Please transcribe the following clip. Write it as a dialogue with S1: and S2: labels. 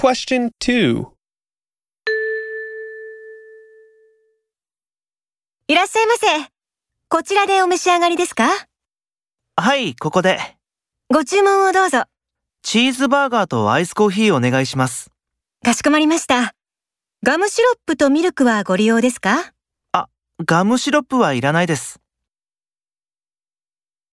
S1: Question 2.
S2: いらっしゃいませ。こちらでお召し上がりですか
S3: はい、ここで。
S2: ご注文をどうぞ。
S3: チーズバーガーとアイスコーヒーお願いします。
S2: かしこまりました。ガムシロップとミルクはご利用ですか
S3: ガムシロップはいらないです。